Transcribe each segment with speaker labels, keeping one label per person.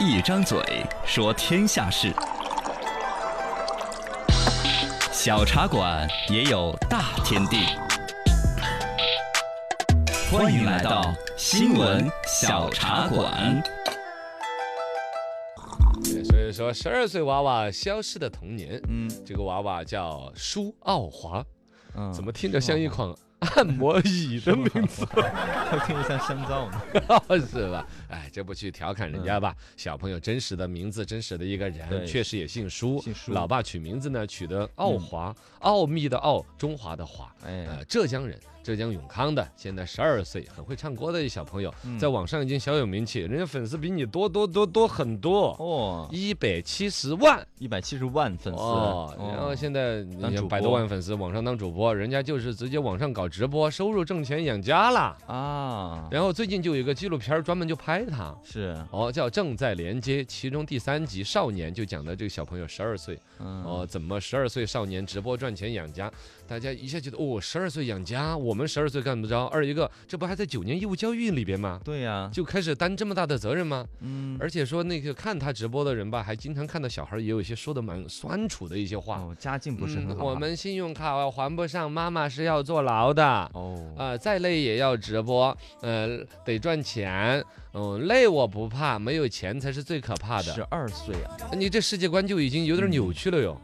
Speaker 1: 一张嘴说天下事，小茶馆也有大天地。欢迎来到新闻小茶馆。
Speaker 2: 所以说，十二岁娃娃消失的童年，
Speaker 3: 嗯
Speaker 2: 这个娃娃叫舒傲华，
Speaker 3: 嗯，
Speaker 2: 怎么听着像一款按摩椅的名字？
Speaker 3: 还听着像香皂 呢？
Speaker 2: 是吧？哎，这不去调侃人家吧。小朋友真实的名字，真实的一个人，
Speaker 3: 嗯对
Speaker 2: 确实也姓舒。
Speaker 3: 姓舒嗯
Speaker 2: 老爸取名字呢，取的傲华，奥秘的傲，中华的华。
Speaker 3: 哎
Speaker 2: 呃，，浙江人，浙江永康的，现在十二岁，很会唱歌的一小朋友，
Speaker 3: 嗯
Speaker 2: 在网上已经小有名气，人家粉丝比你多多多多很多，
Speaker 3: 哦，
Speaker 2: 一百七十万
Speaker 3: 一百七十万粉丝，嗯
Speaker 2: 哦。然后现在
Speaker 3: 当主播
Speaker 2: 百多万粉丝，网上当主播，人家就是直接网上搞直播，收入挣钱养家啦。
Speaker 3: 啊，
Speaker 2: 然后最近就有一个纪录片儿专门就拍他，
Speaker 3: 是，
Speaker 2: 哦，叫《正在连接》，其中第三集《少年》就讲的这个小朋友十二岁，
Speaker 3: 嗯，
Speaker 2: 哦，怎么十二岁少年直播赚钱养家？大家一下觉得哦，十二岁养家，我们十二岁干不着。二一个，这不还在九年义务教育里边吗？
Speaker 3: 对呀，
Speaker 2: 就开始担这么大的责任吗？
Speaker 3: 嗯，
Speaker 2: 而且说那个看他直播的人吧，还经常看到小孩儿也有一些说的蛮酸楚的一些话，
Speaker 3: 哦，家境不是很
Speaker 2: 嗯
Speaker 3: 好，
Speaker 2: 我们信用卡还不上，妈妈是要坐牢的。
Speaker 3: 哦，
Speaker 2: 啊，再累也要直播，呃，得赚钱，嗯、累我不怕，没有钱才是最可怕
Speaker 3: 十
Speaker 2: 的。
Speaker 3: 二岁啊，
Speaker 2: 你这世界观就已经有点扭曲了哟，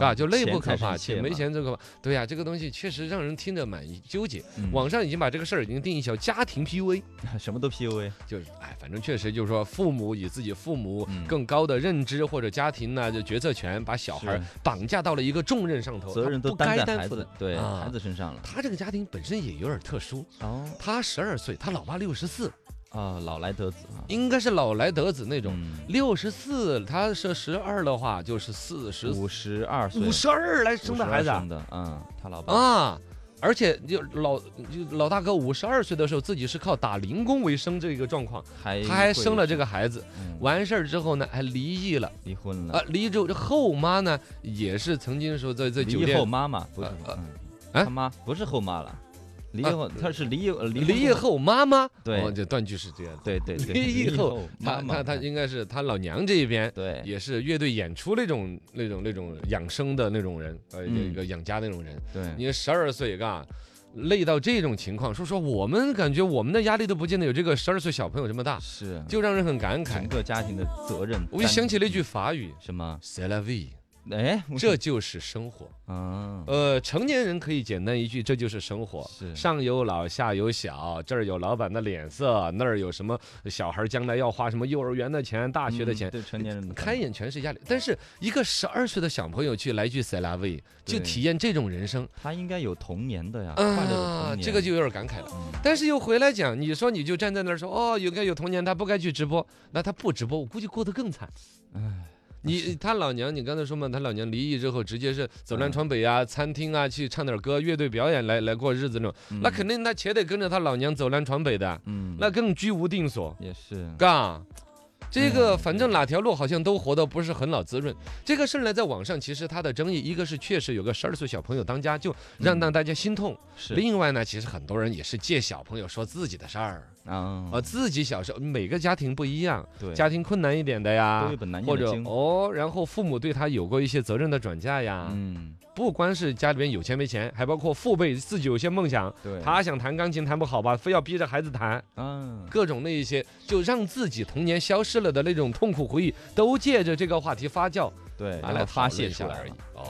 Speaker 2: 啊，就累不可
Speaker 3: 嗯钱才
Speaker 2: 怕，
Speaker 3: 是一切
Speaker 2: 钱没
Speaker 3: 嘛
Speaker 2: 钱最可怕。对呀、这个东西确实让人听着蛮纠结。
Speaker 3: 嗯
Speaker 2: 网上已经把这个事儿已经定义叫家庭 PUA，
Speaker 3: 什么都 PUA，
Speaker 2: 就是哎，反正确实就是说父母以自己父母
Speaker 3: 嗯
Speaker 2: 更高的认知或者家庭呢就决策权，把小孩儿
Speaker 3: 是
Speaker 2: 绑架到了一个重任上头，
Speaker 3: 责
Speaker 2: 他
Speaker 3: 任都
Speaker 2: 不
Speaker 3: 担
Speaker 2: 该
Speaker 3: 在
Speaker 2: 担
Speaker 3: 孩
Speaker 2: 负
Speaker 3: 子
Speaker 2: 的。，
Speaker 3: 对
Speaker 2: 啊
Speaker 3: 孩子身上了。
Speaker 2: 他这个家庭本身也有点特殊，
Speaker 3: 哦，
Speaker 2: 他十二岁，他老爸六十四。
Speaker 3: 啊，老来得子啊，
Speaker 2: 应该是老来得子那种。
Speaker 3: 嗯，
Speaker 2: 六十四，他是十二的话，就是四十
Speaker 3: 五十二岁，
Speaker 2: 五十二来生的
Speaker 3: 52
Speaker 2: 孩子啊
Speaker 3: 生的，嗯，他老爸
Speaker 2: 啊。而且就老就老大哥五十二岁的时候，自己是靠打零工为生这一个状况，
Speaker 3: 还
Speaker 2: 他还
Speaker 3: 会
Speaker 2: 生了这个孩子，
Speaker 3: 嗯
Speaker 2: 完哎事儿之后呢，还离异了
Speaker 3: 离婚
Speaker 2: 啊
Speaker 3: 了，，
Speaker 2: 离异之后这后妈呢，也是曾经说在在
Speaker 3: 离
Speaker 2: 酒
Speaker 3: 异后
Speaker 2: 店
Speaker 3: 妈妈不是
Speaker 2: 呃呃
Speaker 3: 嗯
Speaker 2: 啊
Speaker 3: 他妈不是后妈了，离异后他是离异呃
Speaker 2: 离异
Speaker 3: 婚
Speaker 2: 后妈妈，
Speaker 3: 对
Speaker 2: 哦这断句是这样的，
Speaker 3: 对对 对，
Speaker 2: 离异后
Speaker 3: 妈
Speaker 2: 他
Speaker 3: 妈
Speaker 2: 他他应该是他老娘这一边，
Speaker 3: 对
Speaker 2: 也是乐队演出那种、那种、那种养生的那种人，呃，
Speaker 3: 嗯
Speaker 2: 这个养家那种人。
Speaker 3: 对
Speaker 2: 你十二岁干，累到这种情况，说实话，我们感觉我们的压力都不见得有这个十二岁小朋友这么大，
Speaker 3: 是
Speaker 2: 就让人很感
Speaker 3: 整
Speaker 2: 慨。
Speaker 3: 个家庭的责任。
Speaker 2: 我就想起了一句法语
Speaker 3: 什么？
Speaker 2: ：“C'est la vie，
Speaker 3: 哎，我
Speaker 2: 这就是生活。”
Speaker 3: 啊
Speaker 2: 呃，成年人可以简单一句，这就是生活。
Speaker 3: 是
Speaker 2: 上有老，下有小，这儿有老板的脸色，那儿有什么小孩将来要花什么幼儿园的钱、大学的钱
Speaker 3: 嗯，对成年人的
Speaker 2: 开
Speaker 3: 责任
Speaker 2: 眼全是压力。但是一个十二岁的小朋友去来句 “c'est la vie”，就
Speaker 3: 对
Speaker 2: 体验这种人生
Speaker 3: 他应该有童年的呀，快乐的
Speaker 2: 啊
Speaker 3: 童，年。
Speaker 2: 这个就有点感慨了。
Speaker 3: 嗯
Speaker 2: 但是又回来讲，你说你就站在那儿说哦，有个有童年，他不该去直播，那他不直播，我估计过得更惨。
Speaker 3: 唉
Speaker 2: 你他老娘，你刚才说嘛，他老娘离异之后，直接是走南闯北啊，餐厅啊去唱点歌、乐队表演来来过日子那种，那肯定他且得跟着他老娘走南闯北的，
Speaker 3: 嗯，
Speaker 2: 那更居无定所。
Speaker 3: 也是
Speaker 2: 嘎。这
Speaker 3: 哎
Speaker 2: 个
Speaker 3: 呀
Speaker 2: 反正哪条路好像都活得不是很老滋润。这个事儿呢，在网上其实它的争议，一个是确实有个十二岁小朋友当家，就让
Speaker 3: 嗯
Speaker 2: 让大家心痛；
Speaker 3: 是
Speaker 2: 另外呢，其实很多人也是借小朋友说自己的事儿
Speaker 3: 啊
Speaker 2: 啊，自己小时候每个家庭不一样，
Speaker 3: 对
Speaker 2: 家庭困难一点的呀
Speaker 3: 都有，本难
Speaker 2: 或
Speaker 3: 念的
Speaker 2: 者
Speaker 3: 经，
Speaker 2: 哦，然后父母对他有过一些责任的转嫁呀，
Speaker 3: 嗯，
Speaker 2: 不光是家里边有钱没钱，还包括父辈自己有些梦想，
Speaker 3: 对，
Speaker 2: 他想弹钢琴弹不好吧，非要逼着孩子弹。
Speaker 3: 嗯
Speaker 2: 各种那一些就让自己童年消失了的那种痛苦回忆，都借着这个话题发酵，
Speaker 3: 对，
Speaker 2: 拿
Speaker 3: 然
Speaker 2: 来
Speaker 3: 后发
Speaker 2: 讨论
Speaker 3: 泄
Speaker 2: 一
Speaker 3: 出
Speaker 2: 下
Speaker 3: 来
Speaker 2: 而已
Speaker 3: 了。
Speaker 2: 哦，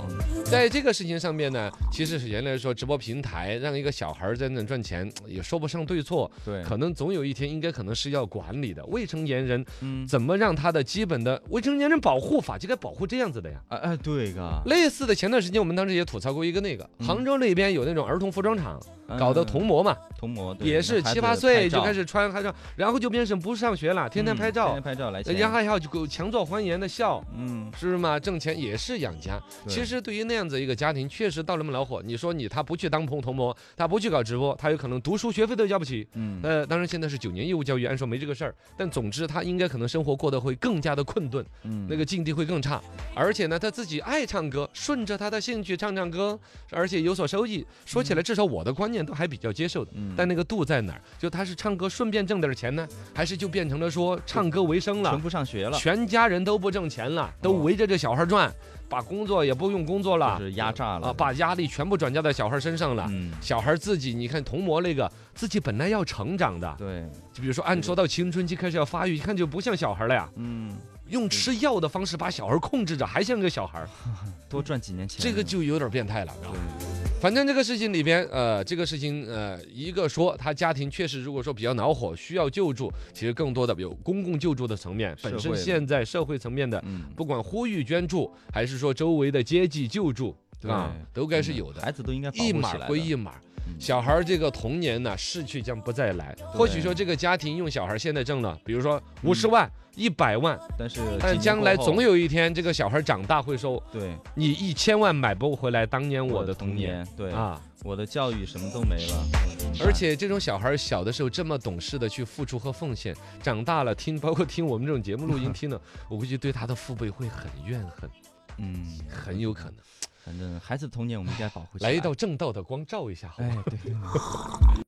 Speaker 2: 在这个事情上面呢，其实是原来说直播平台让一个小孩儿在那赚钱，也说不上对错，
Speaker 3: 对，
Speaker 2: 可能总有一天应该可能是要管理的。未成年人
Speaker 3: 嗯
Speaker 2: 怎么让他的基本的未成年人保护法就该保护这样子的呀？
Speaker 3: 哎哎，对个，
Speaker 2: 类似的，前段时间我们当时也吐槽过一个那个
Speaker 3: 嗯
Speaker 2: 杭州那边有那种儿童服装厂搞的
Speaker 3: 嗯
Speaker 2: 童模嘛，
Speaker 3: 童模，对
Speaker 2: 也是
Speaker 3: 让孩
Speaker 2: 七
Speaker 3: 子
Speaker 2: 八岁
Speaker 3: 拍
Speaker 2: 就
Speaker 3: 照
Speaker 2: 开始穿，还上，然后就变成不上学了，天天
Speaker 3: 嗯
Speaker 2: 拍照
Speaker 3: 天天，拍照来
Speaker 2: 呃
Speaker 3: 钱，
Speaker 2: 然后还要就强作欢颜的笑，
Speaker 3: 嗯，
Speaker 2: 是不是嘛？挣钱也是养家。
Speaker 3: 对
Speaker 2: 其实对于那样子一个家庭，确实到那么恼火。你说你他不去当朋童模，他不去搞直播，他有可能读书学费都交不起。
Speaker 3: 嗯，
Speaker 2: 呃，当然现在是九年义务教育，按说没这个事儿，但总之他应该可能生活过得会更加的困顿，
Speaker 3: 嗯
Speaker 2: 那个境地会更差。而且呢，他自己爱唱歌，顺着他的兴趣唱唱歌，而且有所收益。说起来，至少我的观念都还比较接受的。
Speaker 3: 嗯
Speaker 2: 但那个度在哪儿？就他是唱歌顺便挣点儿钱呢，还是就变成了说唱歌为生了
Speaker 3: 全？不上学了，
Speaker 2: 全家人都不挣钱了，都
Speaker 3: 哦
Speaker 2: 围着这小孩转，把工作也不用工作了，
Speaker 3: 就是压榨了
Speaker 2: 啊，把压力全部转嫁到小孩身上了。
Speaker 3: 嗯，
Speaker 2: 小孩自己，你看童模那个，自己本来要成长的，
Speaker 3: 对，
Speaker 2: 就比如说按说到青春期开始要发育，一看就不像小孩了呀，
Speaker 3: 嗯，
Speaker 2: 用吃药的方式把小孩控制着，还像个小孩儿，
Speaker 3: 多赚几年钱，
Speaker 2: 这个就有点变态了。
Speaker 3: 对，
Speaker 2: 反正这个事情里边，呃，这个事情，呃，一个说他家庭确实如果说比较恼火，需要救助，其实更多的有公共救助的层面，本
Speaker 3: 社
Speaker 2: 身
Speaker 3: 会的
Speaker 2: 现在社会层面的，
Speaker 3: 嗯，
Speaker 2: 不管呼吁捐助还是说周围的阶级救助
Speaker 3: 对
Speaker 2: 啊，都该是有的。
Speaker 3: 嗯孩子都应该保护
Speaker 2: 一码
Speaker 3: 起来
Speaker 2: 归
Speaker 3: 的
Speaker 2: 一码儿
Speaker 3: 嗯，
Speaker 2: 小孩儿这个童年呢，逝去将不再来。或许说这个家庭用小孩儿现在挣了，比如说五十万、一百万，
Speaker 3: 但是
Speaker 2: 但
Speaker 3: 嗯几年
Speaker 2: 将来
Speaker 3: 过后
Speaker 2: 总有一天这个小孩儿长大会说，
Speaker 3: 对
Speaker 2: 你一千万买不回来当年我的童
Speaker 3: 童
Speaker 2: 年，
Speaker 3: 对，
Speaker 2: 啊。
Speaker 3: 我的教育什么都没了，
Speaker 2: 而且这种小孩儿小的时候这么懂事的去付出和奉献，长大了听， 包括听我们这种节目录 音听了，我估计对他的父辈会很怨恨，
Speaker 3: 嗯，
Speaker 2: 很有可能。啊
Speaker 3: 反正孩子的童年我们应该保护起来。
Speaker 2: 来一道正道的光照一下，好吗？
Speaker 3: 哎，对。